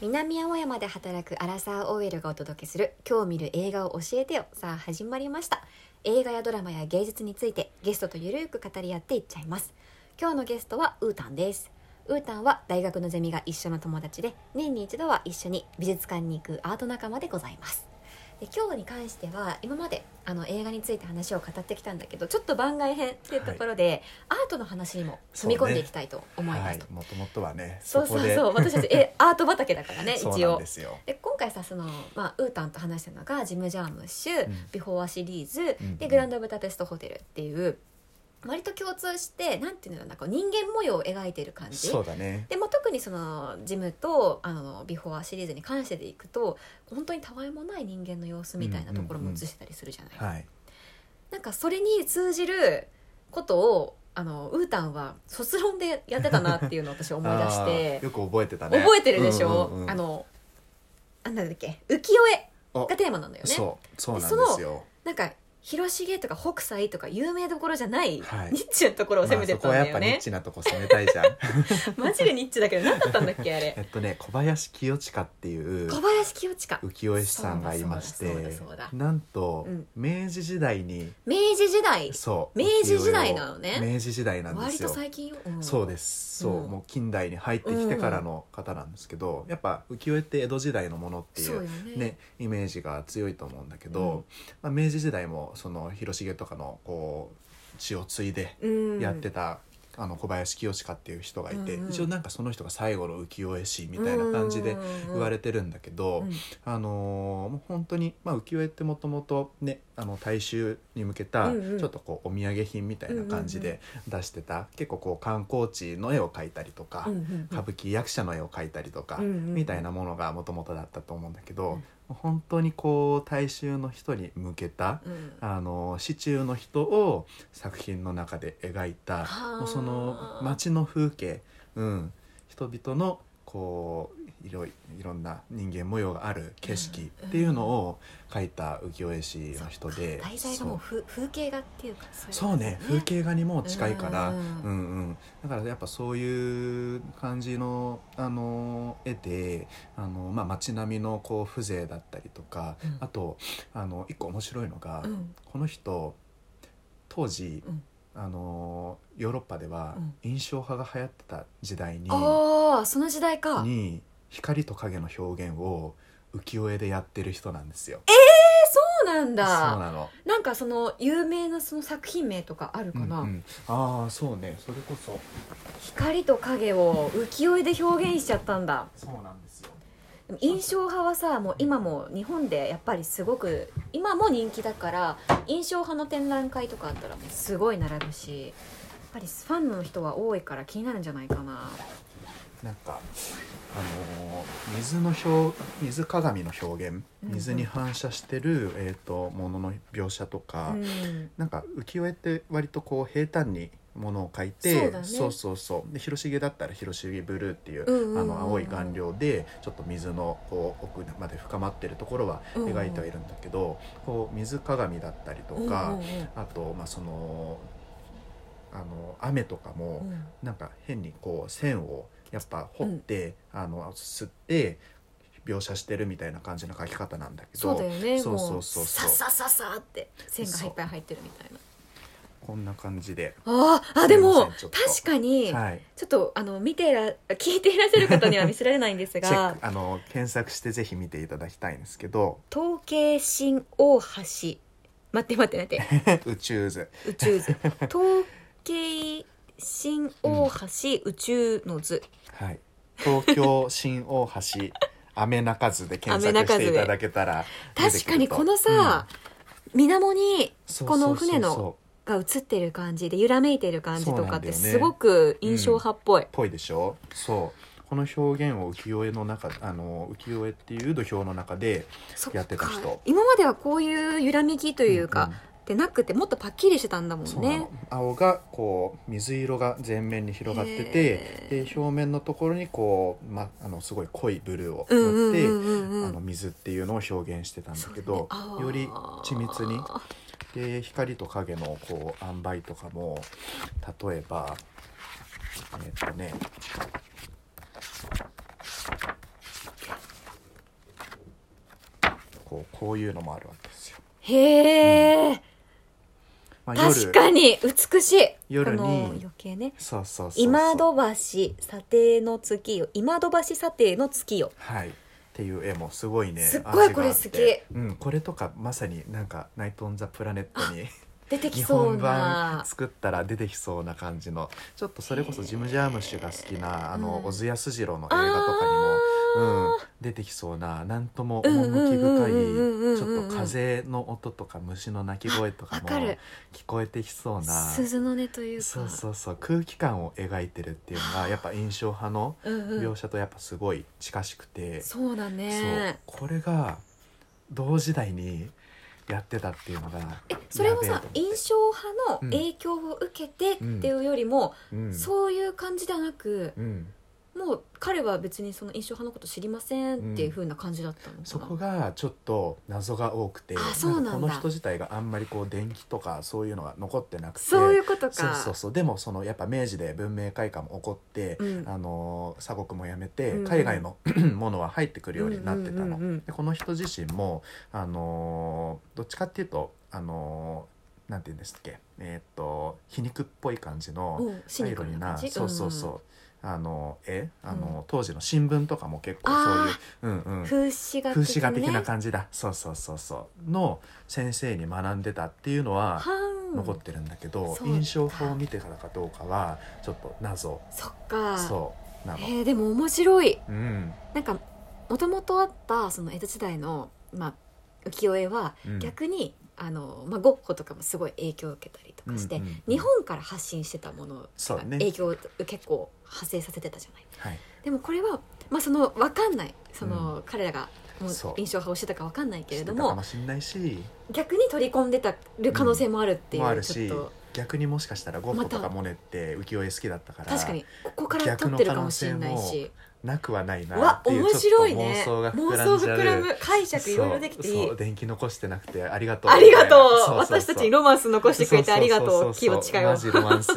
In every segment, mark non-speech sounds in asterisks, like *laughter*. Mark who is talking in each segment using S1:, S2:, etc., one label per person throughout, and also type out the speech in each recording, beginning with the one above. S1: 南青山で働くアラサー OL がお届けする「今日見る映画を教えてよ」さあ始まりました映画やドラマや芸術についてゲストとゆるく語り合っていっちゃいます今日のゲストはうーたんですうーたんは大学のゼミが一緒の友達で年に一度は一緒に美術館に行くアート仲間でございますで今日に関しては今まであの映画について話を語ってきたんだけどちょっと番外編っていうところで、アートの話にも踏み込んでいきたいと思いますと
S2: もともとはね
S1: そうそうそう私たちえアート畑だからね
S2: *laughs* そう
S1: 一
S2: なん
S1: 応
S2: ですよ
S1: で今回さその、まあ、ウータンと話したのが「ジム・ジャームッシュ」
S2: うん
S1: ビフォア」シリーズ
S2: うん
S1: で「グランド・ブダペスト・ホテル」っていう割と共通してなんていうのかなこう人間模様を描いてる感じ
S2: そうだね
S1: でも特にそのジムとあのビフォアシリーズに関してでいくと本当にたわいもない人間の様子みたいなところも映してたりするじゃない、
S2: はい
S1: なんかそれに通じることをあのウータンは卒論でやってたなっていうのを私思い出し
S2: あ
S1: て
S2: ーよく覚えてたね
S1: 覚えてるでしょ、
S2: うんうんうん
S1: あのあなんだっけ浮世絵
S2: あ
S1: がテーマなんだよね
S2: そうそうなんですよ
S1: なんか広重とか北斎とか有名どころじゃない、
S2: はい
S1: ニッチなところを攻
S2: ま
S1: め
S2: あ
S1: て
S2: そ
S1: た
S2: こ
S1: ん
S2: はや
S1: だ
S2: っ
S1: よ
S2: ぱニッ
S1: ね、
S2: チなとこ攻めたいじゃん
S1: *laughs*
S2: *laughs*
S1: マジでニッチだけど何だったんだっけあれ
S2: えっとね小林清親っていう
S1: 小林清親
S2: 浮世絵師さんがいまし
S1: そうだそうだ
S2: て
S1: そうだ
S2: なんと
S1: うん
S2: 明治時代に
S1: 明治時代
S2: そう
S1: 明治時代なのね
S2: 浮世絵を明治時代なんで
S1: 割
S2: す
S1: と
S2: よ
S1: 最近よ、ん
S2: そうですそう
S1: うん
S2: もう近代に入ってきてからの方なんですけどやっぱ浮世絵って江戸時代のものってい
S1: そう
S2: う
S1: よね
S2: ね、イメージが強いと思うんだけ
S1: うん
S2: ど、まあ、明治時代もその広重とかのこう血を継いで
S1: うん、
S2: やってた、あの小林清親っていう人がいて、
S1: うんうん
S2: 一応なんかその人が最後の浮世絵師みたいな感じで言われてるんだけど、
S1: うん
S2: あのーもう本当に、まあ、浮世絵ってもともとねあの大衆に向けた
S1: うんうん
S2: ちょっとこうお土産品みたいな感じで出してた、結構こう観光地の絵を描いたりとか。
S1: うんうんうん
S2: *laughs* 歌舞伎役者の絵を描いたりとか、
S1: うんうん
S2: みたいなものがもともとだったと思うんだけ
S1: う
S2: ど
S1: ん、
S2: 本当にこう大衆の人に向けた、
S1: うん
S2: あの市中の人を作品の中で描いた
S1: はあ
S2: もうその街の風景、うん、人々のこういろいいろんな人間模様がある景色っていうのを描いた浮世絵師の人で。
S1: 題材がもうふ風景画っていうか
S2: そうね風景画にも近いから、
S1: う
S2: うんんうん、だからやっぱそういう感じの、あの絵で、あのまあ、街並みのこう風情だったりとか、
S1: うん
S2: あとあの一個面白いのが、
S1: うん
S2: この人当時、
S1: うん
S2: あのヨーロッパでは
S1: うん
S2: 印象派が流行ってた時代に,、
S1: ああその時代かえ
S2: に光と影の表現を浮世絵でやってる人なんですよ。
S1: そうなんだ
S2: そうなの
S1: なんかその有名なその作品名とかあるかな、
S2: うんうんああそうねそれこそ
S1: 光と影を浮世絵で表現しちゃったんだ
S2: そうなんですよ。
S1: でも印象派はさもう今も日本でやっぱりすごく今も人気だから印象派の展覧会とかあったらもうすごい並ぶしやっぱりファンの人は多いから気になるんじゃないかな
S2: なんか、あのー水の表水鏡の表現
S1: うんうん
S2: 水に反射してる、えー、とものの描写とか、
S1: うん
S2: なんか浮世絵って割とこう平坦にものを描いて
S1: そうだね
S2: そうそうそうで広重だったら広重ブルーっていう,、
S1: うんうんうんうん
S2: あの青い顔料でちょっと水のこう奥まで深まってるところは描いてはいるんだけど、こう水鏡だったりとか、
S1: うんうんうん
S2: あと、まあ、そのあの雨とか
S1: う
S2: も、
S1: ん
S2: なんか変にこう線をやっぱ彫って、あの吸って描写してるみたいな感じの描き方なんだけ
S1: そ
S2: ど
S1: うだよね
S2: そうそう
S1: もう
S2: そう
S1: さ
S2: そう
S1: さささって線がいっぱい入ってるみたいな
S2: こんな感じで。
S1: あーあでも
S2: すいませんちょっと
S1: 確かに、
S2: はい、
S1: ちょっとあの見てら *laughs* 聞いていらっしゃる方には見せられないんです
S2: *laughs* チェッ
S1: が
S2: クあの検索してぜひ見ていただきたいんですけど *laughs*
S1: 統計新大橋待って待って待って
S2: 宇宙図
S1: 宇宙
S2: *laughs*
S1: 図統計新大橋、宇宙の図
S2: はい東京新大橋雨中図で検索していただけたら出て
S1: 確
S2: く
S1: か
S2: る
S1: に
S2: と
S1: このさ、水面に
S2: うん
S1: この船
S2: そうそうそうそう
S1: のが映ってる感じで揺らめいてる感じとかって
S2: そうなんだよね
S1: すごく印象派っぽい、
S2: ぽいでしょそうこの表現を浮世絵の中あの浮世絵っていう土俵の中で
S1: そっか
S2: やってた人
S1: 今まではこういう揺らめきというか、
S2: うんうん
S1: ってなくてもっとパッキリしてたんだもん
S2: そうな
S1: ね
S2: の青がこう水色が全面に広がって
S1: へ
S2: てで表面のところにこう、ま、あのすごい濃いブルーを
S1: うんう
S2: 塗
S1: ん
S2: っ
S1: う
S2: て、
S1: んうんう
S2: あ
S1: ん
S2: の水っていうのを表現してたんだけ
S1: そう
S2: ど、
S1: だねあー
S2: より緻密にで光と影のこう塩梅とかも例えばえっとねこういうのもあるわけですよ。
S1: へえ、
S2: まあ、
S1: 確かに美しい
S2: 夜に
S1: この余計ね
S2: そうそうそうそう
S1: 今戸橋査定の月よ今戸橋査定の月よ
S2: はいっていう絵もすごいね
S1: すっごい
S2: 味があっ
S1: これ
S2: てうん、これとかまさになんか「ナイト・オン・ザ・プラネット」に
S1: 出てき
S2: *laughs* 日
S1: そう
S2: 本版
S1: な
S2: 作ったら出てきそうな感じのちょっとそれこそジム・ジャームッシュが好きなあの、
S1: うん
S2: 小津安二郎の映画とかにもうん、出てきそうななんとも趣深い
S1: うんうんうんうんうんうん
S2: ちょっと風の音とか虫の鳴き声とかも
S1: あわかる
S2: 聞こえてきそうな
S1: 鈴の音というか
S2: そうそうそう空気感を描いてるっていうのがやっぱ印象派の
S1: うんうん
S2: 描写とやっぱすごい近しくて、
S1: そうだ
S2: そう
S1: ね
S2: これが同時代にやってたっていうのが
S1: えそれは
S2: や
S1: さ
S2: べえと思って
S1: 印象派の影響を受けてっていうよりも、
S2: うん
S1: そういう感じではなく、
S2: うん、
S1: もう彼は別にその印象派のこと知りませんっていう風な感じだったのかな、
S2: そこがちょっと謎が多くて
S1: あそうなんだ
S2: かこの人自体があんまりこう電気とかそういうのが残ってなくて
S1: そういうことか
S2: そうそうそうでもそのやっぱ明治で文明開化も起こって、
S1: うん
S2: あのー鎖国もやめて、
S1: うん
S2: 海外の *clears throat* ものは入ってくるようになってたの、
S1: うんうんうんうん
S2: でこの人自身も、あのーどっちかっていうと、あのーなんて言うんですっけ、えーっと皮肉っぽい感じの
S1: おうシニカルな感じ
S2: そうそうそう、
S1: ん
S2: あのえあの、当時の新聞とかも結構そういう
S1: あ、
S2: うんうん、
S1: 風刺画的,、ね、
S2: 風刺画的な感じだ、そうそうそうそうの先生に学んでたっていうのは
S1: はん
S2: 残ってるんだけど、
S1: そう
S2: 印象法を見てからかどうかはちょっと謎
S1: そっか
S2: そうなの、
S1: へえでも面白い
S2: うん
S1: なんかもともとあったその江戸時代の、まあ、浮世絵は
S2: うん
S1: 逆に、あのまあ、ゴッホとかもすごい影響を受けたりとかして、
S2: うんうんうん
S1: 日本から発信してたもの
S2: そう
S1: が
S2: ね
S1: 影響を結構派生させてたじゃない、
S2: はい
S1: でもこれは、まあ、その分かんないその、彼らがもう印
S2: そう
S1: 象派をしてたか分かんないけれど
S2: 知ってたか
S1: も
S2: もしれないし
S1: 逆に取り込んでたる可能性もあるっていう、
S2: もある
S1: ちょっ
S2: し
S1: と
S2: 逆にもしかしたらゴッホと
S1: ま
S2: か
S1: た
S2: モネって浮世絵好きだったから
S1: 確かにここから取ってるかもしれないし
S2: なくはないなっ
S1: わ
S2: ていう
S1: 面
S2: ちょ
S1: 白
S2: っ
S1: い
S2: と
S1: ね
S2: 妄想が膨
S1: 妄
S2: ら
S1: 想
S2: んじゃ
S1: 膨
S2: う
S1: らむ解釈いろいろできてい
S2: そう
S1: い
S2: そう電気残してなくてありがとう
S1: ありがとう
S2: みいな
S1: 私たちにロマンス残してくれてありがとう清近よ
S2: マジロマンス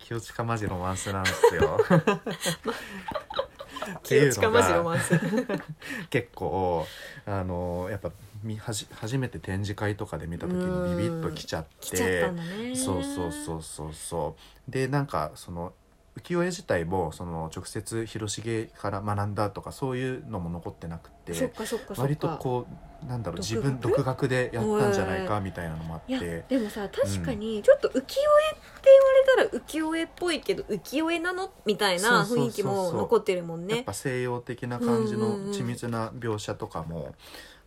S2: 清近マジロマンスなんですよ
S1: *laughs*
S2: ってい
S1: 清
S2: う
S1: 近
S2: の
S1: マジロマ
S2: が
S1: ンス
S2: 結構あのやっぱみはじ初めて展示会とかで見た時
S1: うん
S2: にビビッときちゃっ
S1: 来ちゃってたんだね
S2: そうそうそうそうそうでなんかその浮世絵自体もその直接広重から学んだとかそういうのも残ってなくて
S1: そっかそっかそっか
S2: 割とこうなんだろ
S1: 独
S2: う自分
S1: 学
S2: 独学でやったんじゃないかみたいなのもあっ
S1: いや
S2: て
S1: でもさ確かにちょっと浮世絵って言われたら浮世絵っぽいけど浮世絵なのみたいな
S2: そうそうそうそう
S1: 雰囲気も残ってるもん
S2: やっ
S1: ね
S2: ぱ西洋的な感じ
S1: うん
S2: の
S1: うんうん
S2: 緻密な描写とかも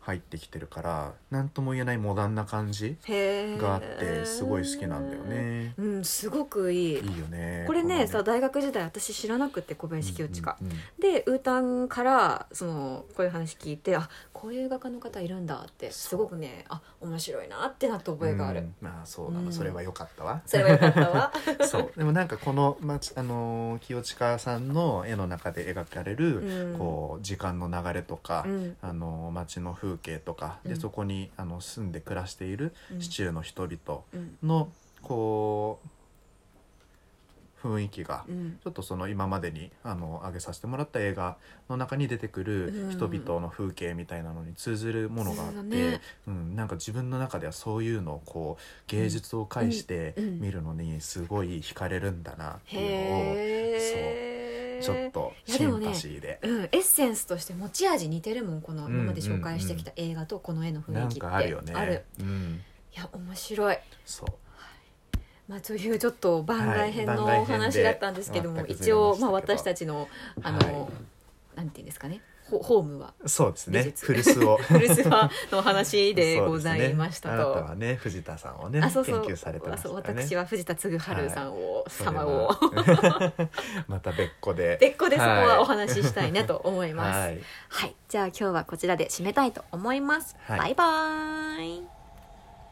S2: 入ってきてるから何とも言えないモダンな感じ
S1: へえ
S2: があってすごい好きなんだよね。
S1: うんすごくいい
S2: いいよね
S1: これねさ
S2: だ
S1: 大学時代私知らなくて小林清近
S2: うんうん
S1: でウータンからそのこういう話聞いてあこういう画家の方いるんだってすごくねあ面白いなってなった覚えがある、
S2: うんまあそうな
S1: う
S2: の
S1: ん
S2: それは良かったわ。
S1: それはよかったわ
S2: *laughs* そうでもなんかこの、まあちあのー清近さんの絵の中で描かれる、
S1: うん
S2: こう時間の流れとか、
S1: うん
S2: あの街の風景とかで、
S1: うん
S2: そこにあの住んで暮らしている
S1: うん
S2: 市中の人々
S1: うん
S2: の、こう雰囲気が、
S1: うん
S2: ちょっとその今までにあの上げさせてもらった映画の中に出てく
S1: うん
S2: る人々の風景みたいなのに通ずるものがあって、
S1: 通ずるね
S2: うん、なんか自分の中ではそういうのをこう芸術を介して
S1: うんうん
S2: 見るのにすごい惹かれるんだなっていう
S1: へ
S2: の
S1: え
S2: をちょっと
S1: いや
S2: シ
S1: でも
S2: ン
S1: ね
S2: パシーで。
S1: うん、エッセンスとして持ち味似てるもんこの
S2: うん
S1: 今まで紹介してきた映画とこの絵の雰
S2: な
S1: 囲気
S2: ん
S1: って、
S2: かあるよね。
S1: ある
S2: うん、
S1: いや面白い、
S2: そう。
S1: まあ、というちょっと番外編の
S2: はい
S1: お話だったんですけども、
S2: 番外編で
S1: 一応、
S2: 全く
S1: まあ、
S2: ずれました
S1: 私たち
S2: けど
S1: のあの、
S2: は
S1: なんていうんですかねホホームは
S2: そうです
S1: 美
S2: ね。
S1: 術
S2: 古巣を。
S1: *laughs* 古巣はのお話でございました
S2: そうですねあな
S1: と
S2: た。はね、藤田さんをね、
S1: あそうそう
S2: 研究されてました
S1: そう
S2: からね。
S1: 私は藤田嗣治さんを、
S2: それは
S1: 様を
S2: *laughs* また別個で。
S1: 別個でそこはお
S2: い
S1: 話ししたいなと思います。
S2: は
S1: はい、
S2: い。
S1: じゃあ今日はこちらで締めたいと思います。
S2: はい
S1: バイバーイ。